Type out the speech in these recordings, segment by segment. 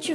tu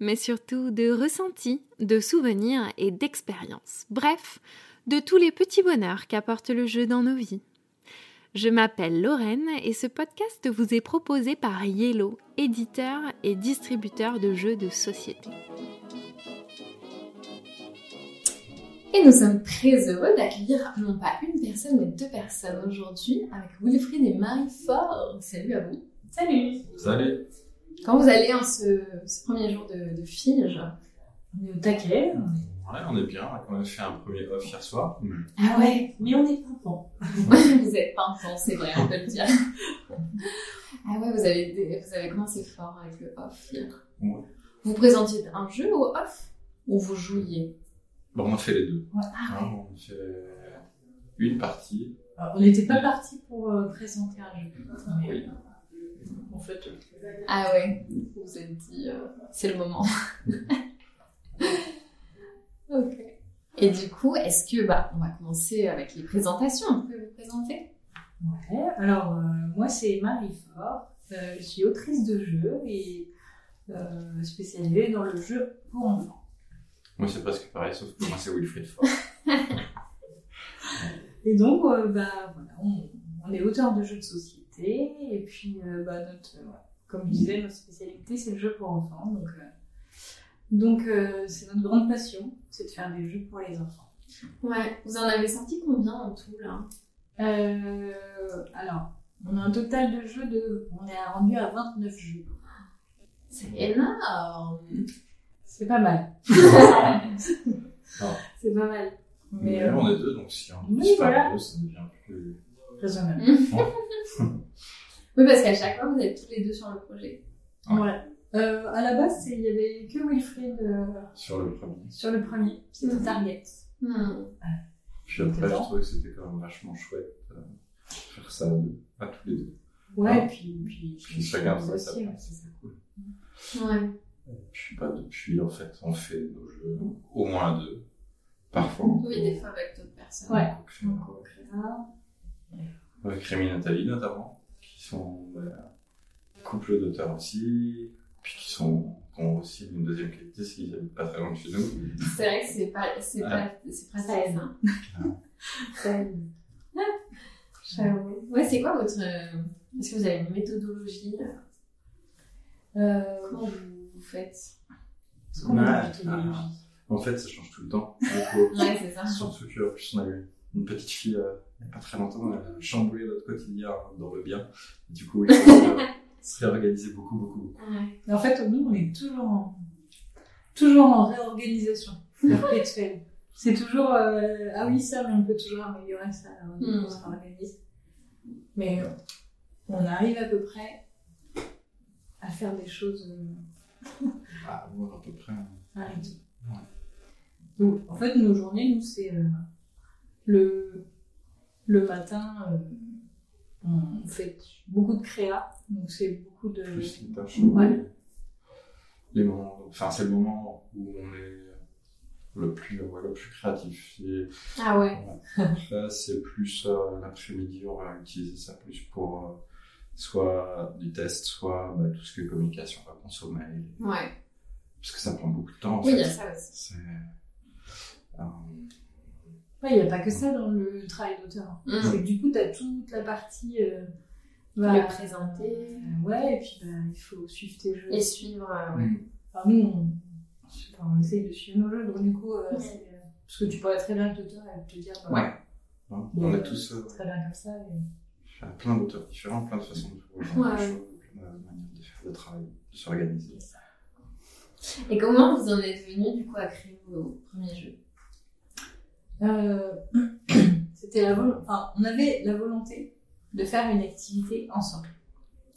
mais surtout de ressentis, de souvenirs et d'expériences. Bref, de tous les petits bonheurs qu'apporte le jeu dans nos vies. Je m'appelle Lorraine et ce podcast vous est proposé par Yellow, éditeur et distributeur de jeux de société. Et nous sommes très heureux d'accueillir non pas une personne mais deux personnes aujourd'hui avec Wilfried et Marie Faure. Salut à vous. Salut. Salut. Quand vous allez en ce, ce premier jour de, de Fige, On est au taquet. Ouais, on est bien. On a quand même fait un premier off hier soir. mais ah ouais, Mais on est pimpant. vous êtes pimpant, c'est vrai, on peut le dire. ah ouais, vous avez, des- vous avez commencé fort avec le off hier. Ouais. Vous présentiez un jeu au off ou vous jouiez Bon, on a fait les deux. Ouais. Hein, on a fait une partie. Alors, On n'était pas parti pour euh, présenter un jeu. Mais, Oui. euh, Ah en fait, euh, Ah ouais, vous vous êtes dit, euh, c'est le moment. ok. Et du coup, est-ce que, bah, on va commencer avec les présentations. Vous pouvez vous présenter ouais. Alors, euh, moi, c'est Marie Faure. Euh, je suis autrice de jeux et euh, spécialisée dans le jeu pour enfants. Moi, c'est presque pareil, sauf que moi, c'est Wilfried Ford. Et donc, euh, bah, voilà, on, on est auteur de jeux de société. Et puis, euh, bah, notre, euh, voilà, comme je disais, notre spécialité, c'est le jeu pour enfants. Donc, euh, donc euh, c'est notre grande passion, c'est de faire des jeux pour les enfants. Ouais, vous en avez sorti combien en tout, là Euh, alors, on a un total de jeux de. On est rendu à 29 jeux. C'est énorme C'est pas mal. C'est pas mal. Ah. Mais Mais là, euh, on est deux, donc si on Oui, se fait voilà. deux, ça devient plus. raisonnable. Oui, parce qu'à chaque fois, vous êtes tous les deux sur le projet. Ouais. Voilà. Euh, à la base, c'est- il y avait que Wilfried euh, Sur le premier. sur le premier. C'était Mhm. Target. Ah. Hmm. Puis après, je Dedans. trouvais que c'était quand même vachement chouette euh, faire ça à deux. À tous les deux. Ouais, Ah. puis. puis, Puis chacun trouvait aussi, ça. ouais, c'est ça. C'était cool. Ouais. Puis, bah, depuis, en fait, on fait nos jeux au moins à deux. Parfois. euh, on Oui, des fois avec d'autres personnes. Ouais. co-crée. Donc, on crée ça. Avec Rémi et Nathalie notamment, qui sont bah, couple d'auteurs aussi, puis qui sont qui ont aussi une deuxième qualité, c'est qu'ils habitent pas très loin de chez nous. C'est vrai que c'est pas... C'est Ouais. pas... C'est pas Ça aide. ça. Ça, euh, J'avoue. Ouais, c'est quoi votre... euh, Est-ce que vous avez une méthodologie euh, euh, Comment vous, vous faites ce qu'on a Ouais. plutôt des Ah. jeux. En fait, ça change tout le temps. beaucoup. Ouais, c'est ça. Surtout que en plus on a eu une petite fille euh, il n'y a pas très longtemps, elle a chamboulé notre quotidien dans le bien. Du coup, il faut euh, se réorganiser beaucoup, beaucoup, beaucoup. Ouais. Mais En fait, nous, on est toujours en, toujours en réorganisation perpétuelle. C'est toujours, euh, ah oui, ça, mais on peut toujours améliorer ça, alors, du coup, Hmm. on se réorganise. Mais euh, on arrive à peu près à faire des choses euh, À voir Ah, à peu près. hein, arrêtées. Ouais. Donc, en fait, nos journées, nous, c'est euh, le, le matin, euh, on fait beaucoup de créa, donc c'est beaucoup de... plus les tâches. Euh, Ouais. Les moments, enfin, c'est le moment où on est le plus, ouais, le plus créatif. C'est- Ah ouais. Là, c'est plus euh, l'après-midi, on va utiliser ça plus pour euh, soit du test, soit bah, tout ce que communication va consommer. Ouais. Parce que ça prend beaucoup de temps en Oui, il y a fait. ça aussi. C'est. euh, Ouais, il n'y a pas que ça dans le travail d'auteur. Mm. C'est que du coup, tu as toute la partie. euh, Le présenter. euh, ouais, et puis bah, il faut suivre tes jeux. Et suivre, euh, ouais. Enfin, nous, on, je sais pas, on essaye de suivre nos jeux, donc du coup, euh, c'est, euh, parce que tu pourrais très bien que l'auteur elle te dire. bah, Ouais. hein, bon, on euh, est tous euh, Très bien comme ça. et- enfin, plein d'auteurs différents, plein de façons de voir Ouais. les choses, plein de manières de faire le travail, de s'organiser. Et comment vous en êtes venu du coup à créer vos premiers jeux Euh, C'était la vol- enfin, on avait la volonté de faire une activité ensemble.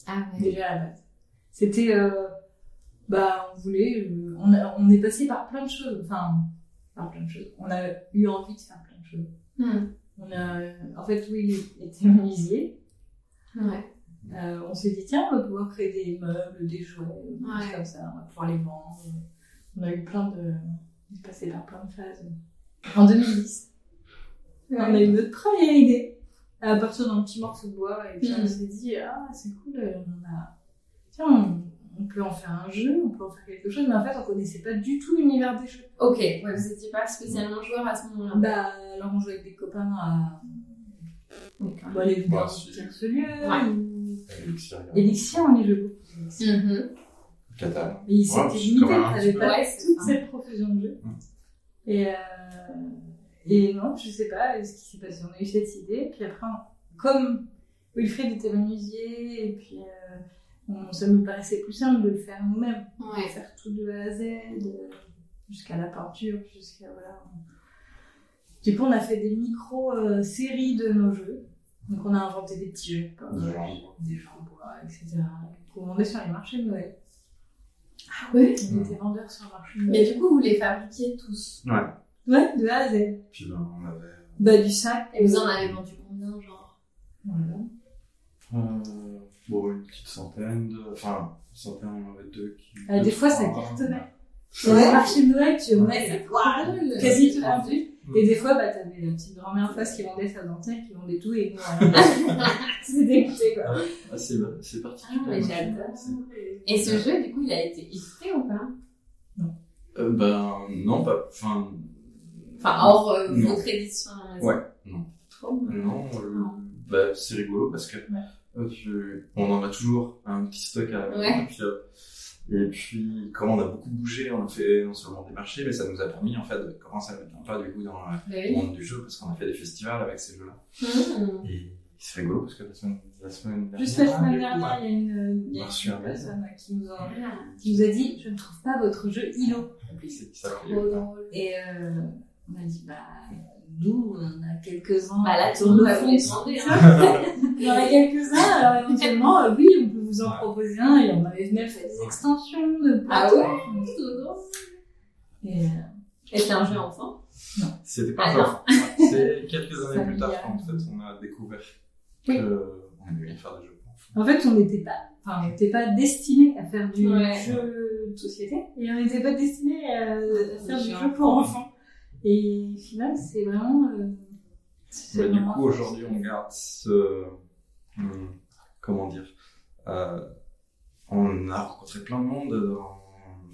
Ah déjà à la base. C'était. euh, bah, on voulait, euh, on, a- on est passé par plein de choses, enfin, par plein de choses. On a eu envie de faire plein de choses. Hmm. On a, euh, en fait, Will était Mhm. menuisier. Ouais. Euh, on s'est dit, tiens, on va pouvoir créer des meubles, des jouets, des Ouais. choses comme ça, on va pouvoir les vendre. On a eu plein de. On est passé par plein de phases. En 2010, on a eu notre première idée à partir d'un petit morceau de bois, et puis Mhm. on s'est dit, ah, c'est cool, euh, on a. Tiens, on, on peut en faire un jeu, on peut en faire quelque chose, mais en fait, on connaissait pas du tout l'univers des jeux. Ok, ouais, vous n'étiez pas spécialement joueur à ce moment-là. Bah, alors on jouait avec des copains à. D'accord. Bah, les Bah, bah, si. ce lieu. Ouais. Elixir, Elixir, on y jouait beaucoup. Mhm. Qatar. Mais il Ouais, s'était c'est limité, quand même un t'avais petit pas peu. toute cette profusion de jeux. Mm. Et, euh, et non, je sais pas euh, ce qui s'est passé. On a eu cette idée, puis après, on- comme Wilfried était menuisier, et puis euh, on- ça nous paraissait plus simple de le faire nous-mêmes, de Ouais. faire tout de A à Z, euh, jusqu'à la peinture, jusqu'à voilà. on- Du coup, on a fait des micro-séries de nos jeux. Donc, on a inventé des petits jeux. comme, Des euh, gens. des gens en bois, etc. Qu'on vendait sur les marchés de Noël. Ah ouais On était vendeurs sur le marché de Noël. Mais du coup, vous les fabriquiez tous. Ouais, de A à Z. Puis ben, on avait. Bah, du sac. Et vous en avez vendu combien, genre Voilà. Euh, bon, une petite centaine de. Enfin, une centaine, on en avait deux qui. Ah, des deux, fois, ça trois. cartonnait. Sur les Ouais. marchés de Noël, tu Ouais. venais, Waouh quasi tout vendu. Mm. Et des fois, bah, t'avais la petite grand-mère en face qui vendait sa dentière, qui vendait tout, et nous, on- c'était dégoûté, quoi. Ah, c'est, c'est particulier. Ah, mais moi, j'adore. c'est- Et ce jeu, du coup, il a été édité ou pas Euh, ben, non, pas. Enfin. Enfin, hors euh, Non. votre édition à la maison. Ouais, non. Trop bien. Non, euh, Non. bah, c'est rigolo parce que euh, tu- on en a toujours un petit stock à la maison, Ouais. et, puis, euh, et puis, comme on a beaucoup bougé, on a fait non seulement des marchés, mais ça nous a permis en fait de commencer à mettre un pas du coup dans Bah le oui. monde du jeu parce qu'on a fait des festivals avec ces jeux-là. Mhm. Et c'est rigolo parce que la semaine, la semaine dernière. Juste la semaine du coup, dernière, il y a une, il y On a a une reçu un mail. personne euh, qui nous, a, Voilà. qui nous a dit Je ne trouve pas votre jeu ILO. ouais, c'est- ça fait- Trop drôle. Et euh, on a dit Bah, nous, on en a quelques-uns. Bah là, tu nous vas vous les demander. Hein. Il y en a quelques-uns, alors éventuellement, euh, oui, on peut vous en proposer un, et on avait même fait des extensions de Ah plateau. Trop drôle. Et, euh, Et c'est un jeu enfant. C'était Ah pas non. encore. Ouais, C'est quelques années plus tard Familial. en fait, on a découvert Oui. qu'on aimait bien faire des jeux. En fait, on n'était pas, enfin, on n'était pas destiné à faire du Ouais. jeu de société, et on n'était pas destiné à, à faire du Jeu jeu pour enfants. Et au final, c'est vraiment. euh, c'est Mais du vraiment- coup, aujourd'hui, on garde ce. hum, Comment dire euh, On a rencontré plein de monde dans-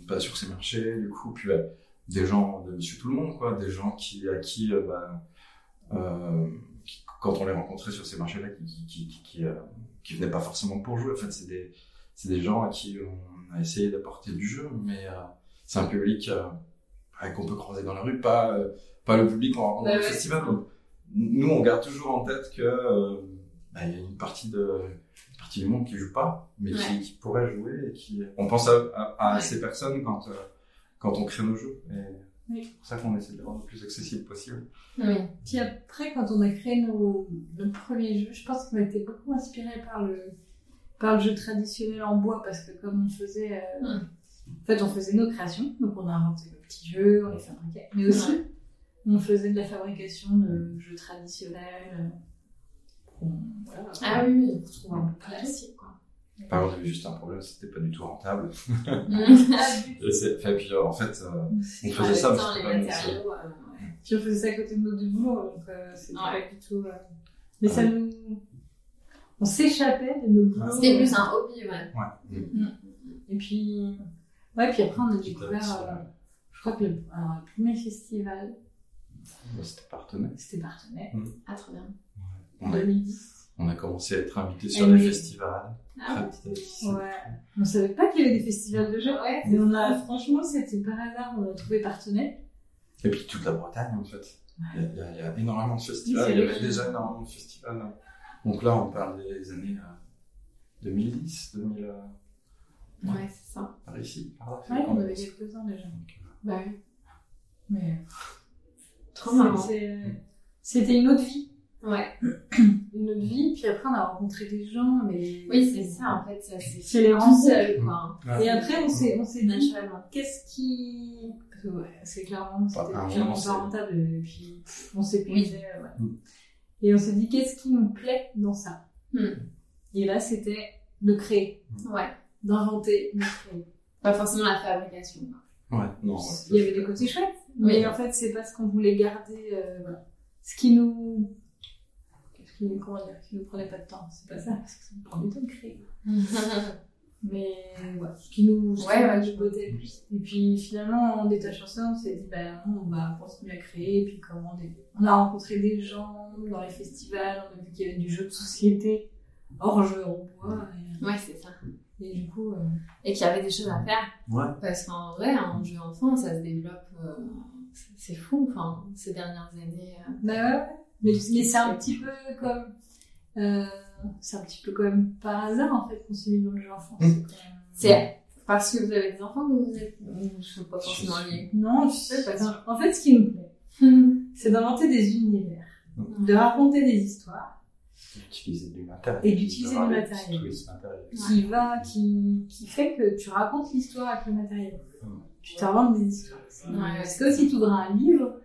bah, sur ces marchés, du coup, puis bah, des gens de monsieur tout le monde, quoi, des gens qui, à qui, euh, bah, euh, qui- quand on les rencontrait sur ces marchés-là, qui, qui, qui, qui, qui, euh, qui venaient pas forcément pour jouer. En fait, c'est des, c'est des gens à qui on a essayé d'apporter du jeu, mais euh, c'est un public euh, ouais, qu'on peut croiser dans la rue, pas, euh, pas le public qu'on rencontre Bah dans le ouais. festival. Donc, nous, on garde toujours en tête que euh, bah, il y a une partie, de, une partie du monde qui joue pas, mais qui, qui pourrait jouer. Et qui... On pense à, à- à Ouais. ces personnes quand, euh, quand on crée nos jeux. Et Oui. C'est pour ça qu'on essaie de les rendre le plus accessible possible. Oui. Puis après, quand on a créé nos, nos premiers jeux, je pense qu'on a été beaucoup inspiré par le, par le jeu traditionnel en bois, parce que comme on faisait. euh, Mm. En fait, on faisait nos créations, donc on a inventé nos petits jeux, on les fabriquait. Mais aussi, on faisait de la fabrication de jeux traditionnels. euh, on- voilà. Ah oui, oui, on retrouve un peu classique, quoi. Enfin, on avait juste un problème, c'était pas du tout rentable. on Et, c'est- enfin, puis, euh, en fait, euh, on faisait ça parce que les pas nous, matériaux. euh, Puis on faisait ça à côté de nos deux boulots, donc euh, c'était Ouais. pas du tout. euh, Mais ça Ouais. nous. On s'échappait de nos boulots. C'était plus un hobby, ouais. ouais. Et puis, ouais, puis après, on a découvert, C'était- euh, je crois que le, alors, le premier festival, euh, C'était partenaire. c'était Partenay, Ah, trop bien. On a, 2010. on a commencé à être invité Et sur des oui. festivals. Ah très petit à petit. Ouais. On savait pas qu'il y avait des festivals de jeux. ouais. Mais on a, franchement, c'était par hasard, on a trouvé Partenay. Et puis toute la Bretagne, en fait. Il y a- il y, a- il y a énormément de Oui, festivals. c'est Il y vrai. avait déjà énormément de festivals. Donc là, on parle des années euh, 2010, 2000, euh, Ouais, c'est ça. par ici, par là. c'est Ouais, quand on même. avait quelques-uns déjà. Donc, euh, Bah oui. Mais Trop marrant. c'est- C'était une autre vie. Ouais. Ouais. une Mm. autre vie, puis après on a rencontré des gens, mais. Oui, c'est ça, en fait, ça c'est C'est les tout rencontres. seul, Mm. quoi. Et après, on s'est, on s'est dit, Naturellement. qu'est-ce qui. parce que, ouais, c'est clairement que c'était Bah, à un clairement moment, c'est- Mm. pas rentable, et puis pff, on s'est posé, euh, ouais. Et on s'est dit, qu'est-ce qui nous plaît dans ça Hmm. Et là, c'était de créer, Ouais. d'inventer, de créer. Pas forcément la fabrication. quoi. euh, Ouais, non. ouais. Il y avait des côtés chouettes, Oui. mais en fait, c'est pas ce qu'on voulait garder. euh, voilà. Ce qui nous. qu'est-ce qui nous- comment dire Ce qui nous prenait pas de temps, c'est pas ça, parce que ça nous prend du temps de créer. Mais ouais, ce qui nous. ce qui Ouais, ouais, nous je vois. bottait le plus. Et puis finalement, en détachant ça, on s'est dit, ben non, on va continuer à créer, et puis comment. des- On a rencontré des gens dans les festivals, on a vu qu'il y avait du jeu de société, hors jeu, en bois. Ouais, c'est ça. Et, et du coup, euh, Et qu'il y avait des choses à faire. Ouais. Parce qu'en vrai, un jeu enfant, ça se développe. euh, c'est- c'est fou, enfin, ces dernières années. euh. Bah ouais, ouais. mais, mais c'est un petit peu comme. euh, c'est un petit peu quand même par hasard en fait qu'on s'est mis dans le jeu enfant. Hmm. c'est quand même- C'est parce que vous avez des enfants que vous êtes. Je suis pas forcément Je suis- liés. Non, je sais pas. En fait, ce qui nous plaît, Hmm. c'est d'inventer des univers, de raconter des histoires D'utiliser du matériel. Et d'utiliser D'avoir du des matériel. petits twists matériels. qui va, qui, qui fait que tu racontes l'histoire avec le matériel. Ouais. Tu t'inventes des histoires. Ouais, Parce que si tu ouvres un livre,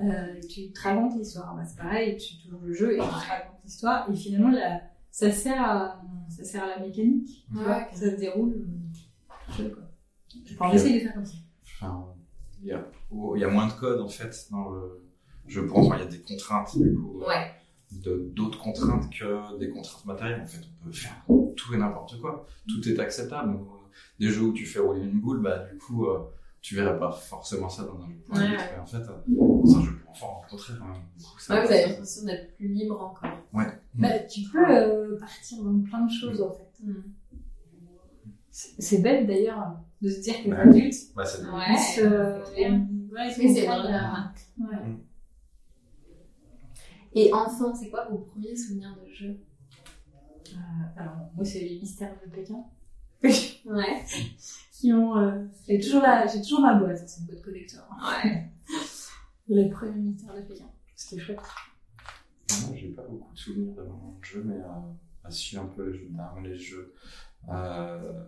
euh, tu te racontes l'histoire. Bah, c'est pareil, tu tu ouvres le jeu et tu te racontes l'histoire. Et finalement, la- ça, sert à, ça sert à la mécanique. Tu vois, Ouais, que ça se déroule euh, tout seul, quoi. Enfin, on puis, essaie de les faire comme ça. Enfin, il y, a, oh, il y a moins de code en fait dans le jeu pour enfants. Il y a des contraintes du coup. euh, Ouais. de- D'autres contraintes que des contraintes matérielles. En fait, on peut faire tout et n'importe quoi. Tout est acceptable. Donc, euh, Des jeux où tu fais rouler une boule, bah du coup, euh, tu verrais pas forcément ça dans un jeu pour Ouais, adulte. ouais. Mais en fait, euh, dans un jeu pour enfants, au contraire. hein, du coup, ça- Ouais, vous avez l'impression d'être plus libre encore. Mm. Bah, tu peux euh, partir dans plein de choses en fait. Hmm. C'est c'est bête d'ailleurs euh, de se dire que les Ouais. adultes, Bah, c'est- ils c'est se- clair. ouais, ils se Oui, c'est comprennent, vrai, là. euh, ouais. Et enfant, c'est quoi vos premiers souvenirs de jeu Euh, alors, moi, c'est les mystères de Pékin. Ouais. Qui ont. euh, j'ai toujours la, j'ai toujours ma boîte. C'est une boîte collector. Ouais. Les premiers mystères de Pékin. C'était chouette. Moi, j'ai pas beaucoup de souvenirs de moments de jeu, mais euh, bah, si un peu les jeux d'armes, les jeux. euh,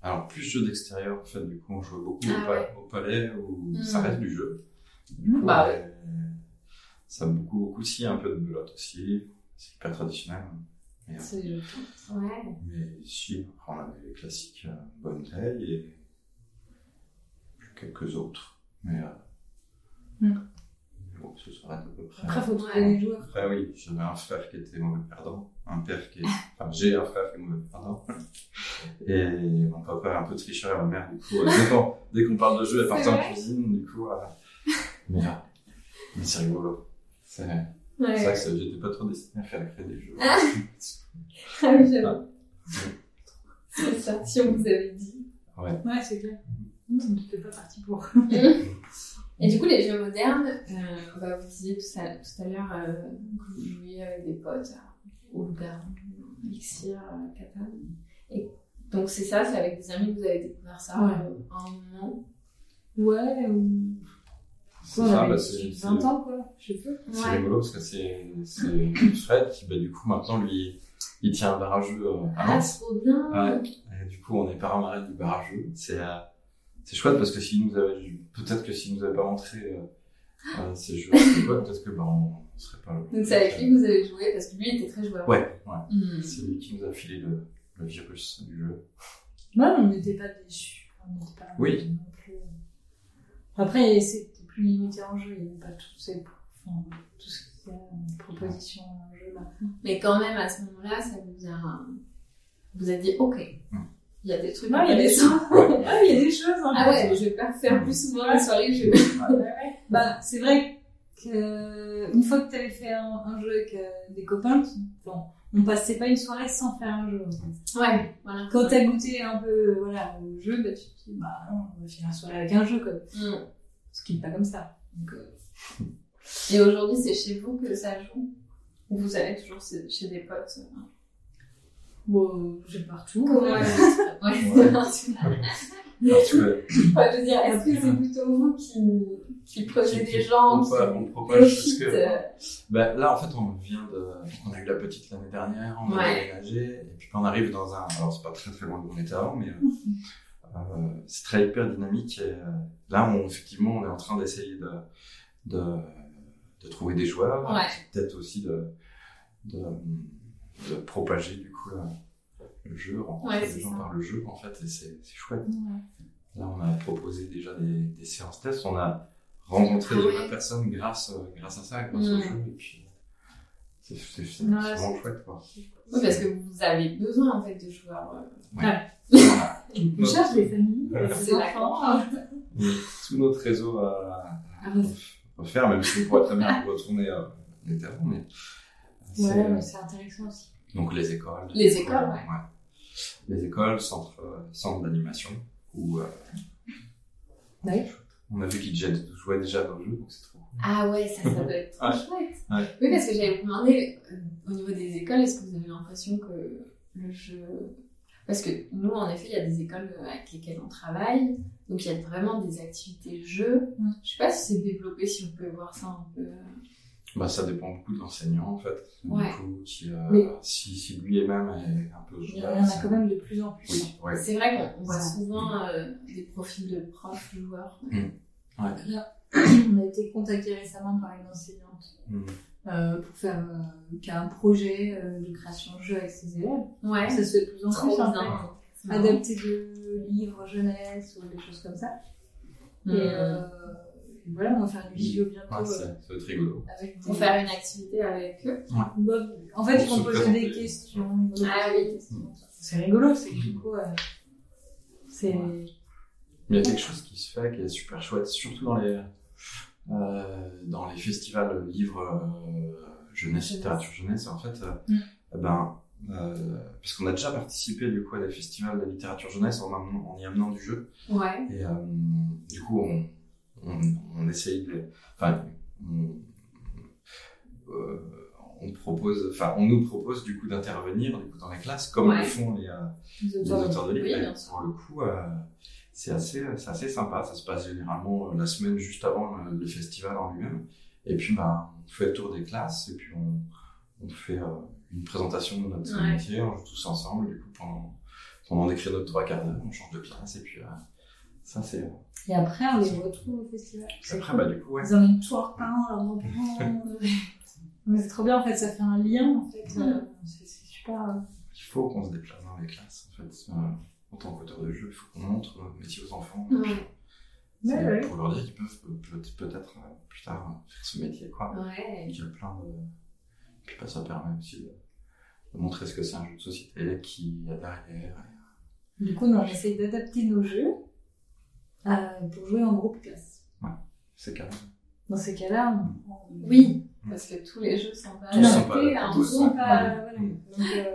alors, plus jeux d'extérieur, en fait, du coup, on jouait beaucoup Ah au, pa- au palais où Mm. ça reste du jeu. Du coup, Bah euh, ça a beaucoup, beaucoup, si, un peu de belote aussi, c'est hyper traditionnel. hein. Mais, C'est des jeux de cartes. Ouais. mais si, après, on avait les classiques euh, Bonne Taille et quelques autres. Mais euh, Mm. bon, ce serait à peu près. Après, faut trouver des joueurs. Après, oui, j'avais un frère qui était mauvais perdant, un père qui est. Enfin, j'ai un frère qui est mauvais perdant. Et mon papa est un peu tricheur et ma mère, du coup, euh, dès qu'on- dès qu'on parle de jeu, elle C'est partait en vrai cuisine, du coup. euh, Mais, euh, mais c'est rigolo. C'est c'est vrai que ça- j'étais pas trop destiné à faire créer des jeux. Ah oui, j'avoue. C'est ça, si on vous avait dit. Ouais, c'est clair. On ne fait pas partie pour. Et du coup, les jeux modernes, euh, bah, vous disiez tout à, tout à l'heure euh, que vous jouiez avec des potes euh, au Loup-Garou, au Elixir, euh, Catan. Et donc, c'est ça, c'est avec des amis que vous avez découvert ça Ouais. euh, à un moment. Ouais, ou. C'est On ça, avait bah, c'est. 20 ans, quoi. Je sais pas. C'est rigolo parce que c'est c'est Fred qui, bah, du coup, maintenant, lui, il tient un bar à jeu euh, à Ah, Lens. trop bien! Ouais. Et du coup, on est parrain marraine du barrage. C'est euh, c'est chouette parce que s'il nous avait peut-être que s'il nous avait pas montré euh, euh, ces jeux, c'est quoi peut-être que bah, on, on serait pas là. Donc, c'est avec lui que vous avez joué parce que lui était très joueur. Ouais, ouais. Hmm. C'est lui qui nous a filé le, le virus du jeu. Ouais, on n'était pas déçus. On n'était pas Oui. non plus- Après, c'était plus limité en jeu. Il n'y avait pas tout, ces... enfin, tout ce qu'il y a en proposition en jeu. Là. Mais quand même, à ce moment-là, ça vous a, vous a dit, ok, Mm. il y a des trucs Ouais, il y a des intéressants. choses. Ah, il y a des choses. hein. Ah ouais, je vais pas faire plus souvent la soirée jeu. Bah, c'est vrai qu'une fois que tu avais fait un, un jeu avec euh, des copains, tu- bon, on passait pas une soirée sans faire un jeu. en fait. Ouais, voilà. Quand t'as goûté un peu euh, voilà, au jeu, bah, tu te dis, bah non, on va finir la soirée avec un jeu. Quoi. Mm. Ce qui n'est pas comme ça. Donc, euh, Et aujourd'hui, c'est chez vous que ça joue Ou vous allez toujours chez chez des potes euh, bon, euh, j'ai partout. Comment hein. ouais. ouais. Ouais. Parce que Enfin, je veux dire, est-ce que c'est plutôt vous qui, qui posez Qui- qui- des gens, on qui pro- on propage profitent parce que- euh, bah, là, en fait, on vient de. On a eu la petite l'année dernière, on a Ouais. déménagé, et puis on arrive dans un. Alors, c'est pas très très loin d'où on était avant, mais euh, euh, c'est très hyper dynamique. Et, euh, là, on, effectivement, on est en train d'essayer de, de, de trouver des joueurs, Ouais. et puis peut-être aussi de, de, de propager du coup la- le jeu, rencontrer Ouais, les c'est gens ça. par le jeu, en fait, et c'est c'est chouette. Là, on a proposé déjà des, des séances tests. On a rencontré Ah des ouais. vraies personnes grâce, euh, grâce à ça, grâce au Mm. jeu. Et puis, c'est c'est- c'est- Ouais, c'est vraiment c'est- chouette, quoi. Oui, parce que vous avez besoin en fait de joueurs. euh, Voilà. On cherche les familles, C'est les la enfants. Tout notre réseau à, Ah, à refaire, même si on pourrait très bien retourner euh, l'été avant. Mais euh, c'est- Ouais, mais c'est intéressant aussi. Donc, les écoles. Les écoles, ouais. Les écoles, centres euh, centres d'animation. Où, euh, Ouais. On a vu qu'ils jet- jouaient déjà dans le jeu, donc c'est trop cool. Ah ouais, ça, ça doit être trop Ouais. chouette. Ouais. Oui, parce que j'avais vous demandé euh, au niveau des écoles, est-ce que vous avez l'impression que le jeu. Parce que nous, en effet, il y a des écoles euh, avec lesquelles on travaille, donc il y a vraiment des activités jeux. Mm. Je sais pas si c'est développé, si on peut voir ça un peu. Bah, ça dépend beaucoup de l'enseignant en fait. Ouais. Du coup, qui, euh, Mais- si, si lui-même est un peu Il y joueur, en a ça- quand même de plus en plus. Oui, ouais. C'est vrai qu'on on voit Voilà. souvent euh, des profils de profs, joueurs. On a été contacté récemment par une enseignante Mm. euh, pour faire euh, qui a un projet euh, de création de jeu avec ses élèves. Ouais, Ça se fait de plus en Trop plus. en bien. fait. c'est marrant. Adapter de livres jeunesse ou des choses comme ça. Mm. Et euh, voilà, on va faire une visio bientôt. Ouais, euh, c'est- Ah, ça doit être rigolo. avec Pour des- faire une activité avec eux. Bah, en fait, ils Pour vont se poser présenter. des questions. ils vont nous Ah poser oui. des questions. C'est rigolo, c'est que du coup, euh, c'est. Mais il y a quelque chose qui se fait qui est super chouette, surtout dans les, euh, dans les festivals livres euh, jeunesse, Jeunesse. littérature jeunesse. En fait, euh, Mm. eh ben, euh, parce qu'on a déjà participé du coup à des festivals de littérature jeunesse en, amenant- en y amenant du jeu. Ouais. Et euh, du coup, on, on, on essaye de. Enfin, on, euh, on propose. Enfin, on nous propose du coup d'intervenir du coup, dans les classes, comme Ouais. le font les, euh, Nous les auteurs de livres. Oui, Et bien sûr. pour le coup, euh, c'est assez, c'est assez sympa. Ça se passe généralement euh, la semaine juste avant euh, le festival en lui-même. Et puis, bah, on fait le tour des classes et puis on, on fait euh, une présentation de notre Ouais. métier. On joue tous ensemble. Du coup, pendant, pendant des créneaux de trois quarts d'heure, on change de classe. Et puis, euh, ça, c'est. Et après, on les retrouve au festival. Puis après, bah, du coup, ouais. Ils en ont tout repeint, leurs grands-parents. Mais c'est trop bien, en fait, ça fait un lien, en Mm. fait. euh, c'est c'est super. euh, Il faut qu'on se déplace dans les classes, en fait. Euh, en tant qu'auteur de jeu, il faut qu'on montre notre métier aux enfants. Ouais. Puis, Mais c'est ouais. Pour leur dire qu'ils peuvent peut- peut- peut-être euh, plus tard euh, faire ce métier, quoi. Ouais. Et qu'il y a plein de. Puis bah, ça permet aussi de, de montrer ce que c'est un jeu de société, qui y a derrière. Du coup, nous, on essaye d'adapter nos jeux euh, pour jouer en groupe classe. C'est carré. Dans ces cas-là, on- on. Oui, parce que tous les jeux sont pas Tous sont adaptés pas à un adaptés, groupe. ouais. on va- voilà. Donc, euh,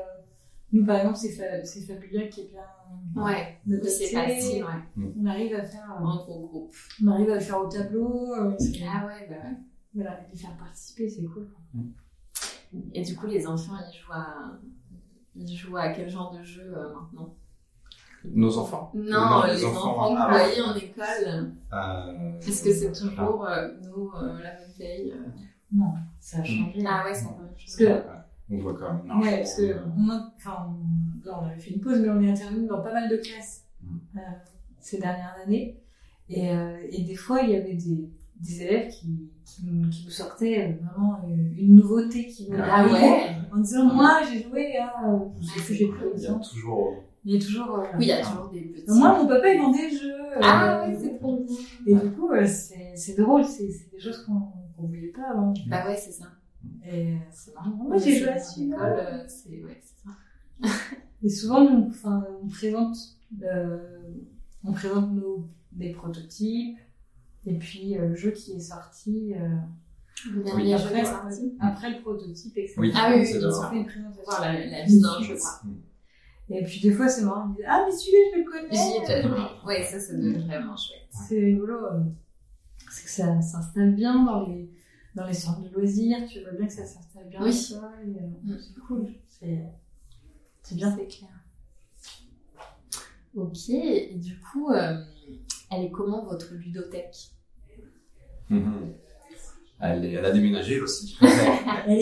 nous, par exemple, c'est Fa- c'est Fabula qui est bien. Ouais, adapté. Oui, c'est facile, ouais. On arrive à faire, euh, En gros groupe. on arrive à le faire au tableau, euh, c'est- Ah ouais, bah ouais. voilà, les faire participer, c'est cool. Et du coup, les enfants, ils jouent à, ils jouent à quel genre de jeu euh, maintenant Nos enfants. Non, les, enfants que vous ah, voyez en école, euh, est-ce que c'est toujours euh, nous, euh, la même veille euh Mm. Ça a changé. Ah ouais, c'est pas même Parce chose. que Ouais, On voit quand même. ouais, parce que on a- enfin, on- là, on avait fait une pause, mais on est intervenu dans pas mal de classes Mm. euh, ces dernières années. Et, euh, et des fois, il y avait des, des élèves qui, qui, nous- qui nous sortaient euh, vraiment euh, une nouveauté qui nous Ah ouais Mm. en disant Moi, j'ai joué à. euh, je sais plus, j'ai plus Il y raison. a toujours. Il y a toujours. euh, Oui, il y a toujours des petits. Moi, mon papa, il vendait le jeu. Ah euh, ouais, c'est trop bien. Et du coup, euh, c'est c'est drôle, c'est c'est des choses qu'on qu'on voyait pas avant. Bah ouais, c'est ça. Et euh, c'est marrant. Moi, j'ai joué à celui-là. l'école, euh, c'est ouais, c'est ça. Et souvent, nous, on- enfin, on présente, euh, on présente nos, des prototypes, et puis euh, le jeu qui est sorti euh, Vous Oui, dernier jeu après, est ça- sorti. après le prototype, etc. Oui, Ah oui, oui, c'est bien sûr. fait une On va présentation. voir la, la vie d'un jeu, quoi. Et puis des fois, c'est marrant, ils disent Ah, mais celui-là, je le J'y connais ai pas Mm. joué. Ouais, ça, ça doit être vraiment chouette. C'est rigolo, euh, c'est que ça s'installe bien dans les, dans les centres de loisirs, tu vois bien que ça s'installe bien. Oui. tu vois, et, euh, C'est cool, c'est c'est bien, c'est clair. Ok, et du coup, euh, elle est comment votre ludothèque Mhm. Elle, est- elle a déménagé aussi. Elle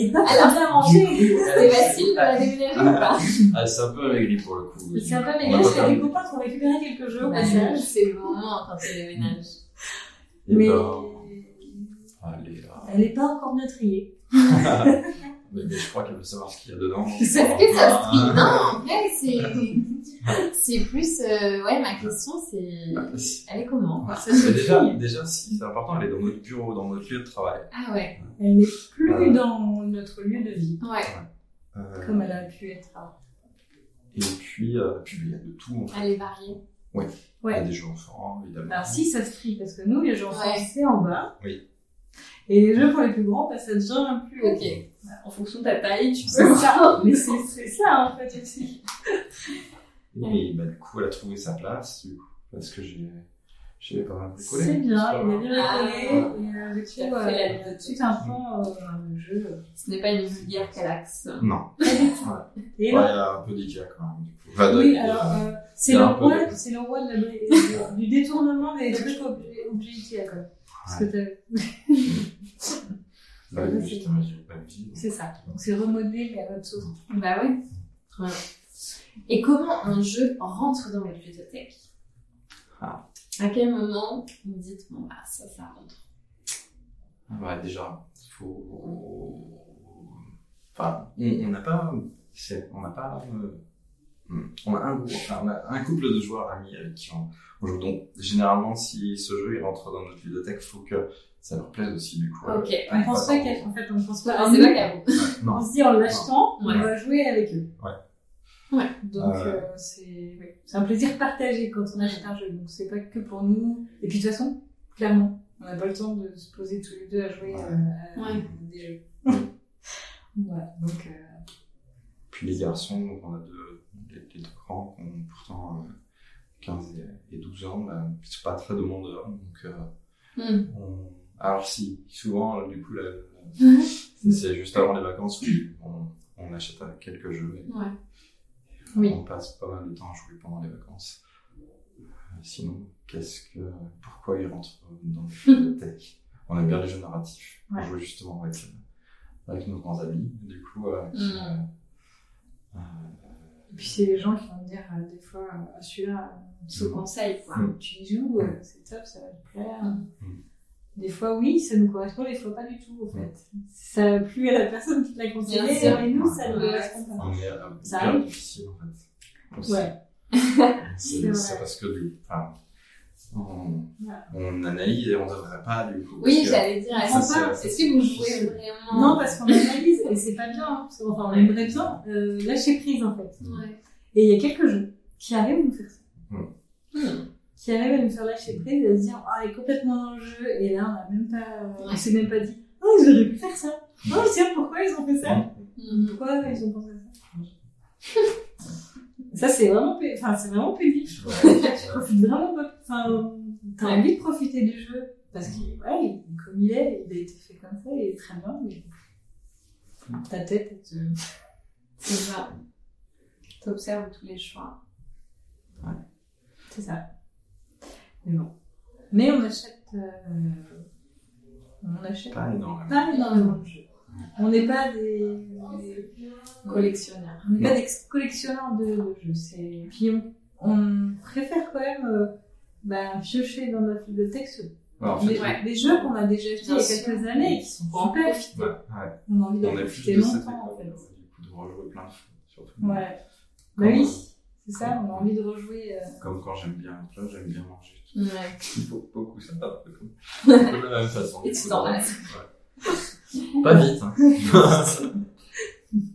est pas très bien rangée. Euh, C'est facile de la déménager ou pas elle s'est Ah, un peu amaigrie pour le coup. C'est un peu On a ménage, il y a des perdu. copains qui ont récupéré quelques jeux au Bah, passage. C'est le moment quand tu déménages. Et Mais ben, elle est, euh, elle est pas encore bien triée. mais, mais je crois qu'elle veut savoir ce qu'il y a dedans. Ah. C'est ce que ça se dit. Non, en vrai, c'est. C'est plus. euh, ouais, ma question, c'est. se Elle est comment Ça se Ah, Mais déjà, dit. déjà, si, c'est important, elle est dans notre bureau, dans notre lieu de travail. Ah ouais, Elle n'est plus Voilà. dans notre lieu de vie, ouais. Euh, comme elle a pu être avant. Et puis, euh, puis, il y a de tout. en fait. Elle est variée. Il y a Ouais. des jeux enfants, évidemment. Alors si ça se trie, parce que nous, les jeux enfants, Ouais. c'est en bas. Oui. Et les jeux pour les plus grands, bah, ça devient un plus haut. Ok. En fonction de ta taille, tu C'est peux ça. Mais c'est c'est ça, en fait, aussi. Et bah, du coup, elle a trouvé sa place, du coup, parce que j'ai j'ai pas mal décollé. C'est bien, il a bien Ah. collé. Et euh, du coup, Tu as fait la euh, tout un pan euh, le jeu. Ce n'est pas une vulgaire calaxe. Non, Et Ouais, il y a un peu d'Ikea quand même, du coup. Bah, Enfin, de- Oui, de- alors, euh, c'est Ah, il y a le, un peu roi, de- c'est le roi de la bri- du détournement des trucs objets objets quoi. Parce que t'as- Bah, Ouais, juste, c'est- euh, j'ai pas vie. c'est ça. Donc c'est remodelé, mais à notre sauce. Bah ouais. Voilà. Et comment un jeu rentre dans votre bibliothèque Ah. À quel moment vous dites, bon bah ça, ça rentre Ouais, déjà, faut. Enfin, on on n'a pas. c'est- On n'a pas. euh, On a, un, groupe- enfin, on a un couple de joueurs amis avec qui on, on joue. Donc, généralement, si ce jeu il rentre dans notre bibliothèque, faut que ça leur plaise aussi, du coup. Ok. Ouais, On pense pas ouais, qu'elle, en fait, on pense pas. Ah, à c'est nous. pas caveau. on Non, se dit en l'achetant, Ouais. on va jouer avec eux. Ouais. Donc Euh. euh, c'est ouais. c'est un plaisir partagé quand on achète un jeu. Donc c'est pas que pour nous. Et puis de toute façon, clairement, on n'a pas le temps de se poser tous les deux à jouer Ouais. euh, à Ouais. des jeux. Ouais. Voilà. Donc euh, Puis les garçons, donc on a deux, les, les deux grands qui ont pourtant euh, 15 et- et 12 ans, là, c'est pas très demandeur. Donc, euh, Hmm. on- Alors si, souvent, euh, du coup, la- la- c'est- c'est juste avant les vacances où on, on achète euh, quelques jeux et Ouais. Oui. on passe pas mal de temps à jouer pendant les vacances. Euh, Sinon, qu'est-ce que, pourquoi ils rentrent dans le jeu de tech On aime bien les jeux narratifs. Ouais. On joue justement avec, euh, avec nos grands amis, du coup. euh, qui, Mm. euh, euh, Et puis c'est les gens qui vont me dire euh, des fois, euh, Ah, celui-là, euh, Sous conseil, quoi. Mm. tu y joues, euh, c'est top, ça va te plaire. Mm. Des fois oui, ça nous correspond, des fois pas du tout en fait. Ça plu à la personne qui te l'a conseillé, Bien sûr. mais nous ça ne Ouais. correspond pas. On est euh, Ça hyper arrive. difficile en fait. Aussi. Ouais. C'est C'est vrai. c'est parce que du coup, enfin, on, Ouais. on analyse et on devrait pas du coup. Oui, parce que- j'allais dire, est-ce Ça, que- c'est- est-ce que vous jouez vraiment Non, parce qu'on analyse, et c'est pas bien, hein, parce qu'on enfin, on aimerait bien euh, lâcher prise en fait. Ouais. Et il y a quelques jeux qui arrivent à nous faire ça, Hmm. qui arrivent à nous faire Mm. lâcher prise et à se dire, ah, elle est complètement dans le jeu, et là on a même pas, on Ouais. s'est même pas dit, oh, ils auraient pu faire ça. Oh, tiens, pourquoi ils ont fait ça Mhm. Pourquoi ils ont pensé à ça Ça, c'est vraiment, pé- enfin, c'est vraiment pénible. Ouais. Tu profites vraiment pas. Enfin, t'as Ouais. envie de profiter du jeu. Parce que, ouais, il- comme il est, il a été fait comme ça, il est très bien, mais ta tête, elle te- C'est ça. T'observes tous les choix. c'est ça. Mais bon. Mais on achète. euh, On achète Pas énormément. pas énormément de jeux. On n'est pas des. des- Collectionneur. On n'est pas des collectionneurs de, de jeux. C'est... Puis on, on préfère quand même euh, bah, piocher dans notre bibliothèque ce- Ouais, en fait, des, ouais. des jeux qu'on a déjà achetés il y Bien a sûr. quelques années et qui sont Pour en super. ouais, ouais. On a envie d'en on est profiter plus de cette longtemps époque, en fait. ouais, du coup, de rejouer plein de fois, surtout. Ouais. Bah Comme- oui, c'est ça, on a envie de rejouer. euh, Comme quand j'aime bien plein, j'aime bien manger. Ouais. Beaucoup, beaucoup ça, un peu comme. un peu de la même façon. Et tu t'en lasses. Ouais. Pas vite, hein.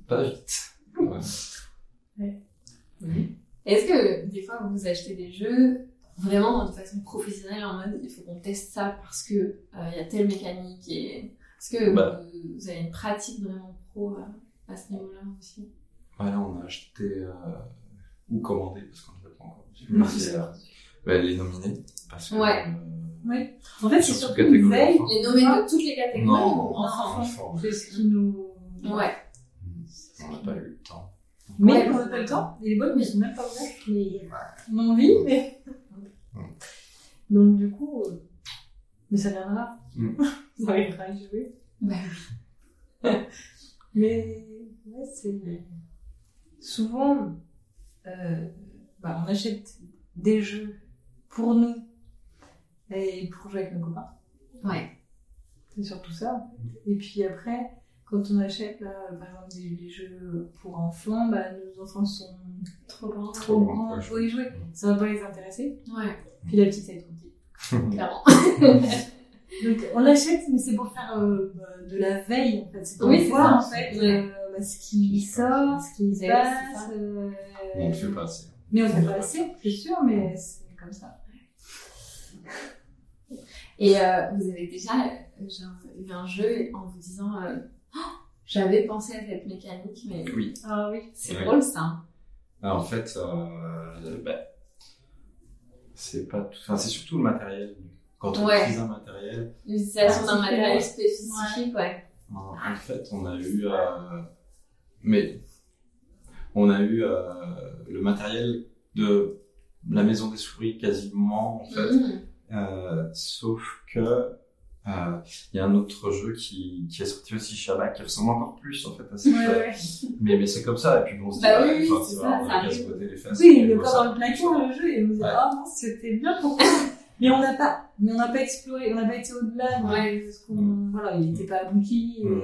Pas vite. Ouais. Est-ce que des fois vous achetez des jeux vraiment de façon professionnelle en mode il faut qu'on teste ça parce que euh, il y a telle mécanique et est-ce que Bah. vous, vous avez une pratique vraiment pro euh, à ce niveau-là aussi Ouais, Bah là, on a acheté euh, ou commandé, parce qu'on ne l'a pas encore. Mais, euh, bah, les nominés, parce que. Ouais. euh, En fait, c'est surtout surtout catégorie une veille. enfant. Les nommés de toutes les catégories Non, ou enfants enfant, ouais. C'est ce qui nous. Ouais. On n'a pas eu le temps. Ouais. Mais on n'a pas le temps. Et les boîtes ne sont même pas ouvertes. Mais on a envie, mais. Donc du coup. euh, Mais ça viendra. Mm. ça arrivera à y jouer. Bah mais. Ouais, c'est. Souvent, euh, bah, on achète des jeux pour nous et pour jouer avec nos copains. Ouais. C'est surtout ça. Et puis après, quand on achète, là, par exemple, des, des jeux pour enfants, bah, nos enfants sont Trop grand. trop Trop grands grands, pour y jouer. Ça va pas les intéresser. Ouais, Puis la petite, elle est trop petite. clairement. Donc on l'achète, mais c'est pour faire euh, bah, de la veille, en fait. C'est pour Oui, c'est voir, ça. en fait, Ouais. euh, bah, ce qui sort, ce qui se Ouais, passe. euh, On ne fait pas assez. Mais on ne fait pas assez, c'est sûr, mais c'est comme ça. Et euh, vous avez déjà euh, genre, eu un jeu en vous disant euh, Ah, J'avais pensé à cette mécanique, mais Oui. Ah oui. c'est Ouais. drôle ça. Ah, en fait, euh, ben, c'est pas tout. Enfin, c'est surtout le matériel. Quand on Ouais. utilise un matériel, L'utilisation d'un Particulier. matériel spécifique, ouais. en, en fait, on a eu. euh, mais on a eu euh, le matériel de la maison des souris quasiment, en fait. Mhm. Euh, sauf que euh, il y a un autre jeu qui, qui est sorti aussi Shabba qui ressemble encore plus en fait à ça. Mais, mais c'est comme ça et puis bon, Bah pas- oui, oui, enfin, c'est c'est ça, pas- on ça a qu'à se arrive. botter les fesses. Oui, et il est bon, pas ça- dans le placard le jeu et on me dit Ouais. ah non c'était bien pourquoi mais on n'a pas mais on n'a pas exploré on n'a pas été au-delà de Ouais. ce qu'on voilà il n'était pas abouti et Mm.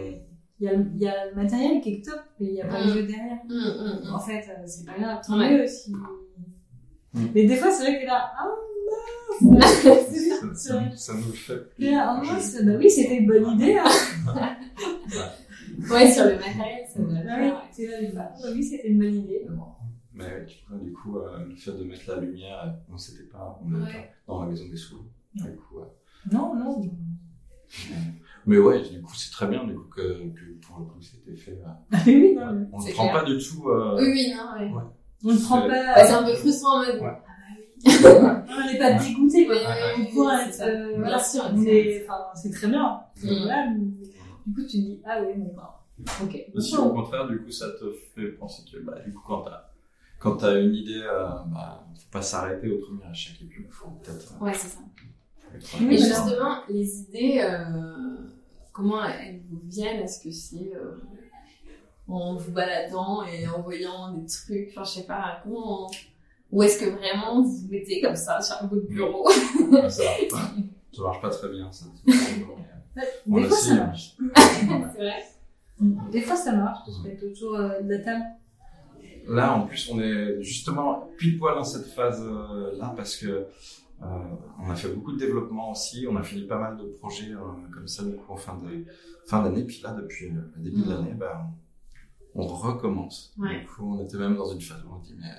il y, a, il y a le matériel qui est top mais il n'y a pas Mm. le jeu derrière Mhm, mhm, mhm. en fait euh, c'est pas grave tant Ouais. mieux si Mm. mais des fois c'est vrai que là ah mince ça, c'est vrai. ça- ça nous le fait. plus. Et là, ah Je- mince bah oui c'était une bonne idée hein. Ouais, sur le matériel, ça doit bah, oui, faire, ouais. c'est vrai, bah, bah oui c'était une bonne idée Mais ouais, tu vois, du coup, euh, le fait de mettre la lumière, euh, on s'était pas, on n'avait Ouais. pas dans la maison des souris. Du coup, ouais. non non Mais ouais, du coup, c'est très bien du coup, que, que pour le coup, c'était fait. euh, Ah oui non, ouais. On C'est ne prend clair. pas du tout. euh, Oui, oui, non, ouais. on ne prend C'est- Bah, pas c'est un peu frustrant en mode. Ouais. Ah bah oui. ouais. on n'est pas dégoûté Oui, quoi. oui, oui, On oui, pourrait c'est être, ça. euh, Bien voilà. sûr, Mais enfin, c'est très bien. Mm. Voilà, mais du coup, tu te dis, ah oui, bon, bah, ok. Mais si, au contraire, du coup, ça te fait penser que bah, du coup, quand tu as, une idée, euh, bah, faut pas s'arrêter au premier échec et puis il faut peut-être. euh, Ouais, c'est ça. faut être Et Oui, intéressant. justement, les idées, euh, comment elles vous viennent Est-ce que c'est euh, en vous baladant et en voyant des trucs Enfin, je sais pas, comment. Ou est-ce que vraiment vous vous mettez comme ça sur votre bureau Ah, ça, marche pas. ça marche pas très bien, ça. On Des fois, essaye, ça hein. marche. Mm. C'est vrai Des fois, ça marche de se mettre autour euh, de la table. Là, en plus, on est justement pile poil dans cette phase-là parce que euh, on a fait beaucoup de développement aussi. On a fini pas mal de projets euh, comme ça, du coup, en fin de- fin d'année. Puis là, depuis euh, le début Mm. Mhm. de l'année, ben, on recommence. Ouais. Du coup, on était même dans une phase où on dit, mais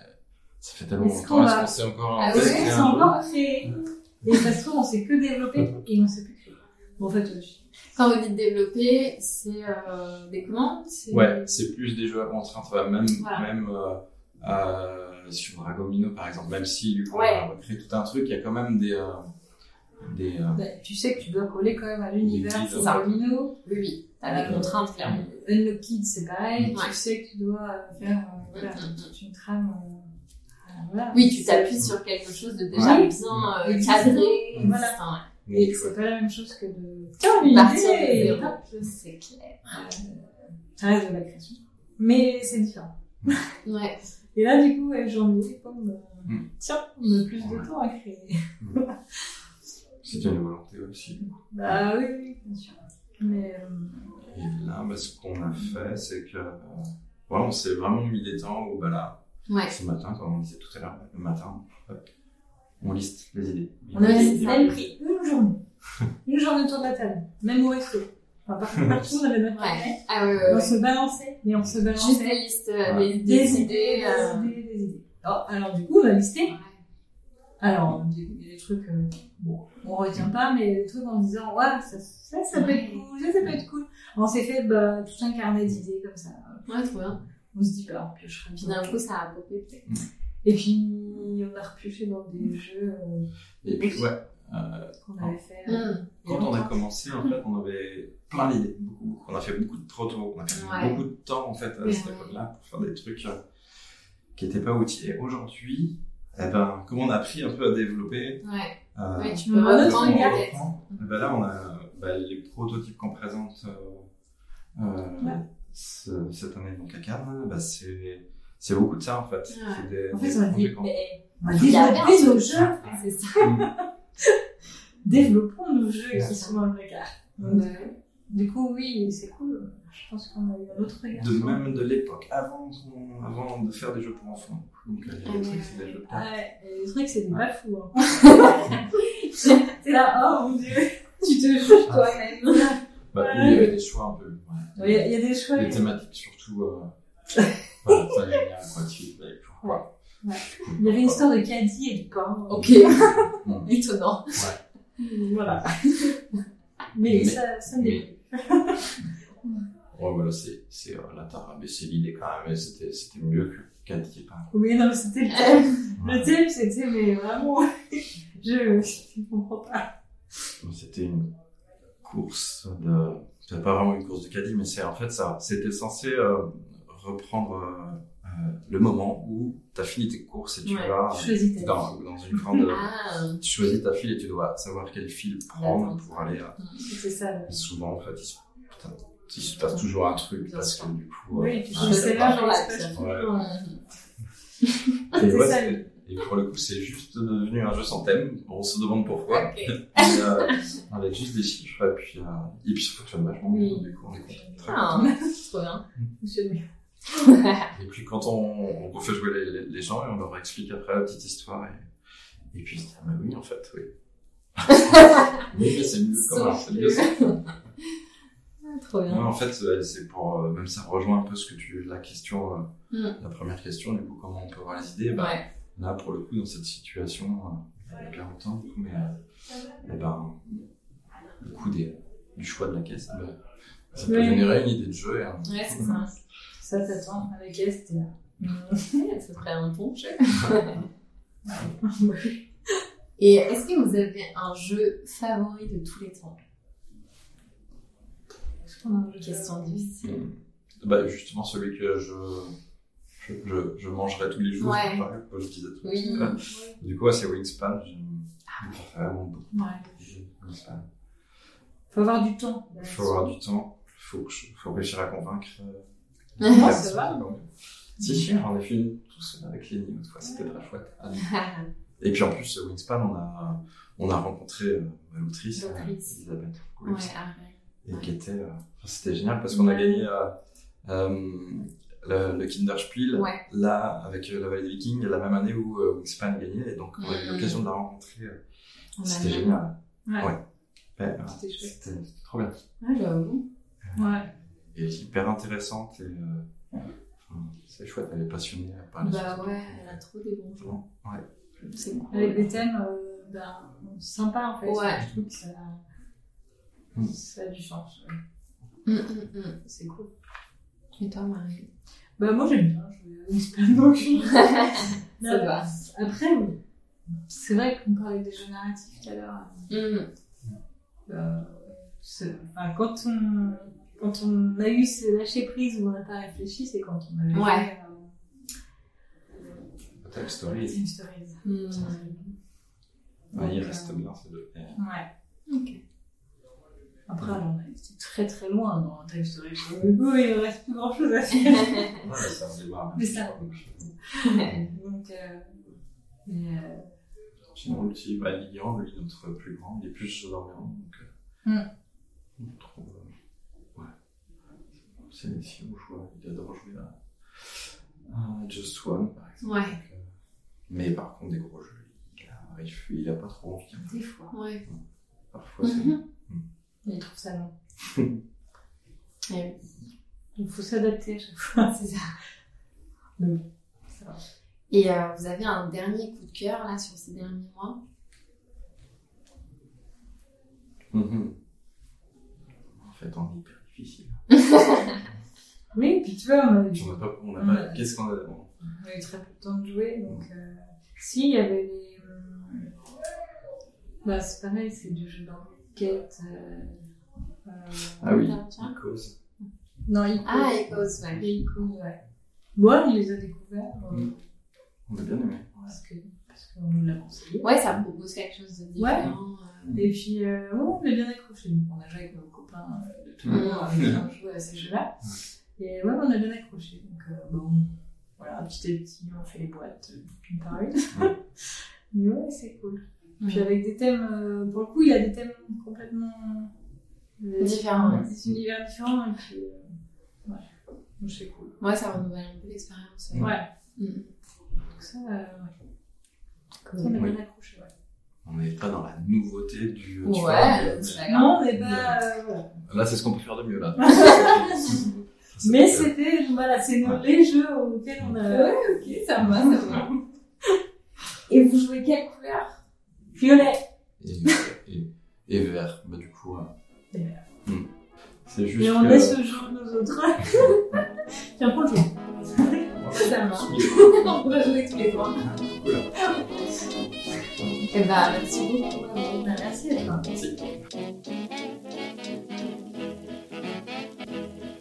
ça fait tellement Est-ce longtemps, qu'on est-ce va- qu'on s'est encore Ah en oui, tête on C'est et s'est un- encore créé. Et ça se trouve, on sait que développer et on sait plus créer. Bon, en fait, euh, je- Quand vous dites développer, c'est euh, des commandes c'est- Ouais, c'est plus des jeux à contrainte, enfin, même, Voilà. même euh, euh, sur Dragomino par exemple, même si du coup, Ouais. on a recréé tout un truc, il y a quand même des. euh, des euh, bah, tu sais que tu dois coller quand même à l'univers. Oui, C'est oui. ça, Lino. Oui, oui, t'as des Euh, contraintes, clairement. Unlock Kids, c'est pareil. Ouais. Tu sais que tu dois euh, faire euh, voilà, Mm, mm, toute une trame. euh, euh, voilà. Oui, tu t'appuies sur quelque chose de déjà Ouais. bien euh, Oui. cadré, Voilà. existant, ouais. Et donc, c'est pas la même chose que de une partir idée, de et zéro. c'est clair. euh, Ça reste de la création. Mais c'est différent. Ouais. Et là, du coup, ouais, j'en ai comme. euh, Hmm. Tiens, on a plus de Ouais. temps à créer. C'est une volonté aussi. Bah oui, oui, bien sûr. Mais. euh, Et là, bah, ce qu'on a fait, c'est que. euh, voilà, on s'est vraiment mis des temps où, bah, là, Ouais. ce matin, comme on disait tout à l'heure, le matin, hop, on liste les idées. on a Oui, même pris une journée. Une journée autour de la table. Même au resto. Enfin, par- partout, on avait notre Ouais. table. Ah ouais, ouais, On ouais. se balançait, mais on se Juste balançait. des listes, euh, Ouais. des, des Des idées, idées. euh, des idées, des idées. Oh, alors, du coup, on a listé. ouais. Alors, il y a- il y a des trucs, euh, bon, on retient pas, mais il y a des trucs en se disant, ouais, ça, ça, ça peut être cool, ça, ça peut être cool. On s'est fait bah, tout un carnet d'idées comme ça. Ouais, trop bien. On se dit, bah, on piochera Et puis bien. d'un coup, ça a popé. Et puis, on a repioché dans des jeux euh, Et puis, ouais. euh, qu'on avait fait. euh, Hum. quand on a commencé, en fait, on avait plein d'idées. Beaucoup, beaucoup. On a fait beaucoup de protos. On a fait Ouais. beaucoup de temps, en fait, à Ouais. cette époque-là, pour faire des trucs. euh, qui n'étaient pas outillés. Aujourd'hui, eh ben, comme on a appris un peu à développer, Ouais. euh, Ouais, tu peux Bah, reprendre notre comment on regard. peut-être. reprend Eh ben Là, on a bah, les prototypes qu'on présente euh, euh, Ouais. ce- cette année donc à Cannes. Bah, c'est c'est beaucoup de ça en fait. C'est des- En fait, des on a dit, compétences. mais on a Il a développé nos jeux. C'est ça. Développons nos jeux Ouais. qui sont dans le regard. Bah Donc, ouais. Du coup, oui, c'est cool. Je pense qu'on a eu un autre regard. de même de l'époque, avant, qu'on- avant de faire des jeux pour enfants. Donc, euh, Ah les trucs, ouais. c'est des jeux pour Ah ouais, et le truc, c'est des pas fou. Hein. T'es là, oh mon dieu. Tu te juges Ah. toi-même. Bah, Ouais. oui, il y avait des choix un peu. Il ouais. y, a- il y a des choix. Les Il thématiques surtout. Euh... voilà, ça génial, quoi. Tu dis, mais pourquoi y avait une histoire de caddie et de pain. Ok. Bon, Étonnant. Voilà. Mais, Mais- ça, ça n'est mais- Ouais, voilà, c'est c'est, euh, la tara, mais c'est l'idée quand même. mais C'était c'était mieux que qu'à dire pas. Oui, non, c'était le Ah. thème. Le thème, c'était, mais vraiment, je je comprends pas. Donc, C'était une course de. C'est pas vraiment une course de caddie, mais c'est en fait ça. C'était censé euh, reprendre euh, euh, le moment où tu as fini tes courses et tu Ouais, vas Choisis ta vie. dans, dans une grande. euh, Ah. Tu choisis ta file et tu dois savoir quelle file prendre pour aller à. C'est ça. le- Souvent, en fait, il se, putain, il se passe toujours un truc Bien parce que du coup. Oui, euh, et puis ah, je ça sais pas. part. là, genre, Ouais, la page c'est tout hein. vrai. le temps. Et, Ah, C'est ouais, ça. c'est- et pour le coup, c'est juste devenu un jeu sans thème. On se demande pourquoi. Ok. Et, euh, avec juste des chiffres. Et puis, euh, et puis ça fonctionne vachement bien. Oui. Du coup, on est content. Très Ah, c'est trop bien. Fonctionne. content. Et puis, quand on, on refait jouer les, les- les gens et on leur explique après la petite histoire. Et, et puis, ils disent, ah, bah oui, en fait, oui. oui, mais c'est mieux comme Sauf ça. c'est mieux, ça. Ah, Trop Ouais, bien. en fait, euh, c'est pour. euh, même ça rejoint un peu ce que tu. La question. euh, Mm. La première question, du coup, comment on peut avoir les idées bah, Ouais. Là, pour le coup, dans cette situation, euh, il y a bien longtemps, du coup, mais. euh, eh ben, le coup des, du choix de la caisse, bah, ça peut Oui. générer une idée de jeu. et un- Ouais, c'est ça. Ça t'attend à la caisse, t'es là. Ouais, Ce serait un bon jeu. Et est-ce que vous avez un jeu favori de tous les temps Est-ce qu'on a un jeu Question difficile. Bah, justement, celui que je. Je, je, je mangerai tous les jours, Ouais. par exemple, comme je disais tout à Oui. l'heure. Du coup, ouais, c'est Wingspan, j'aime vraiment beaucoup. Ouais. Wingspan. Faut avoir du temps. Il faut avoir du temps, il faut, que je- faut réussir à convaincre. euh, Non, la ça personne va. qui est dans le- Si, si, on a fait une tout seul avec Lenny l'autre fois, c'était très chouette. Ah, oui. Et puis en plus, euh, Wingspan, on a, on a rencontré euh, l'autrice, euh, L'autrice. Elisabeth Roucoulx, Ouais, arrête. et qui était. euh, enfin, c'était génial parce qu'on a gagné euh, euh, le, le Kinderspiel, Ouais. là, avec euh, la Vallée des Vikings, la même année où euh, Wingspan gagnait, et donc on a eu Mhm. l'occasion de la rencontrer. euh, On C'était a- génial. Ouais. Ouais. Ouais, ouais, C'était chouette. C'était c'était trop bien. Ouais, Ah, j'avoue. Ouais. et hyper intéressante et euh, enfin, c'est chouette, elle est passionnée par les Bah choses. ouais, elle a trop des bons jeux. C'est cool. Avec des thèmes euh, ben, sympas, en fait. Ouais. Je trouve que ça, Mm. ça a du sens. Mm, mm, mm. C'est cool. Et toi, Marie Bah, moi, j'aime bien. Je vais pas donc. Ça va. Après, oui. c'est vrai qu'on parlait des jeux narratifs tout à l'heure. Mm. Euh, c'est- enfin, quand, on, quand on a eu ce lâcher prise où on n'a pas réfléchi, c'est quand on avait Ouais. fait, Total euh, Story, Team Stories. Mm. ouais, il Donc, reste euh, bien ces deux. Et Ouais. Ok. Après, on a été très très loin dans Time Story. Mais bon, il ne reste plus grand chose à faire. voilà, ça redémarre. Mais ça- Donc, euh, mais, euh, Sinon, le petit bah, Ligand, lui, notre plus grand, il est plus chez Orléans, donc euh, Hmm. on trouve. euh, ouais. C'est si on joue, il adore jouer à, à Just One, par exemple. Ouais. donc, euh, mais par contre, des gros jeux, il a, il, fait- il a pas trop envie. hein. des fois, Ouais. Parfois, c'est. il trouve ça long. Ouais, Il faut s'adapter à chaque fois. C'est ça. Et euh, vous avez un dernier coup de cœur là sur ces derniers mois Mhm. En fait, on est hyper difficile. Oui, puis tu vois, on a eu, Puis on n'a pas, on n'a Ouais. pas, qu'est-ce qu'on a d'avant on a eu très peu de temps de jouer. Donc, euh, si, il y avait les. euh, bah, c'est pareil, c'est du jeu d'enquête. euh, euh, Ah oui, Intervient. cause. Non, il Ah, Echoes, ouais. Les icônes, ouais. Bon, on les a découverts. euh, Mm. On a bien aimé. parce que parce qu'on nous l'a conseillé. Ouais, ça propose quelque chose de différent. Et puis, euh, ouais, on est bien accroché. Donc, on a joué avec nos copains euh, de tout le monde, euh, on joue à ces jeux-là. Et ouais, on a bien accroché. Donc, euh, bon, voilà, petit à petit, on fait les boîtes euh, une par une. Ouais. Mais ouais, c'est cool. Puis, Ouais. avec des thèmes, euh, pour le coup, il a des thèmes complètement euh, Différents, ouais. Des univers différents. Et puis, euh, ouais, donc c'est cool. Moi, ça renouvelle un peu l'expérience. Ouais. Mm. Donc, ça, euh, ouais. Cool. Ça, on a Oui. bien accroché. Ouais. On n'est pas dans la nouveauté du. euh, Ouais, tu vois, de- c'est pas grave. Non, mais pas. euh, voilà. Là, c'est ce qu'on peut faire de mieux, là. Mais c'était, voilà, c'est nous Ouais. les jeux auxquels on a. Ok, ça va, ça va. Et vous jouez quelle couleur Violet. Et, et, et vert, bah, du coup. euh, hmm. C'est juste. Et on que- laisse le jeu de nos autres. Tiens, prends le jeu. Ça marche. On va jouer tous les trois. Et bah, merci beaucoup. Merci à toi. Ah,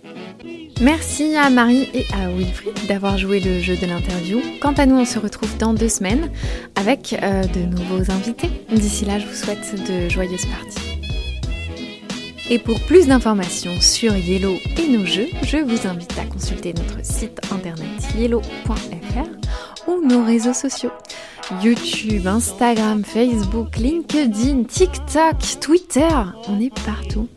Merci à Marie et à Wilfried d'avoir joué le jeu de l'interview. Quant à nous, on se retrouve dans deux semaines avec euh, de nouveaux invités. D'ici là, je vous souhaite de joyeuses parties. Et pour plus d'informations sur Yellow et nos jeux, je vous invite à consulter notre site internet yellow.fr ou nos réseaux sociaux. YouTube, Instagram, Facebook, LinkedIn, TikTok, Twitter, on est partout.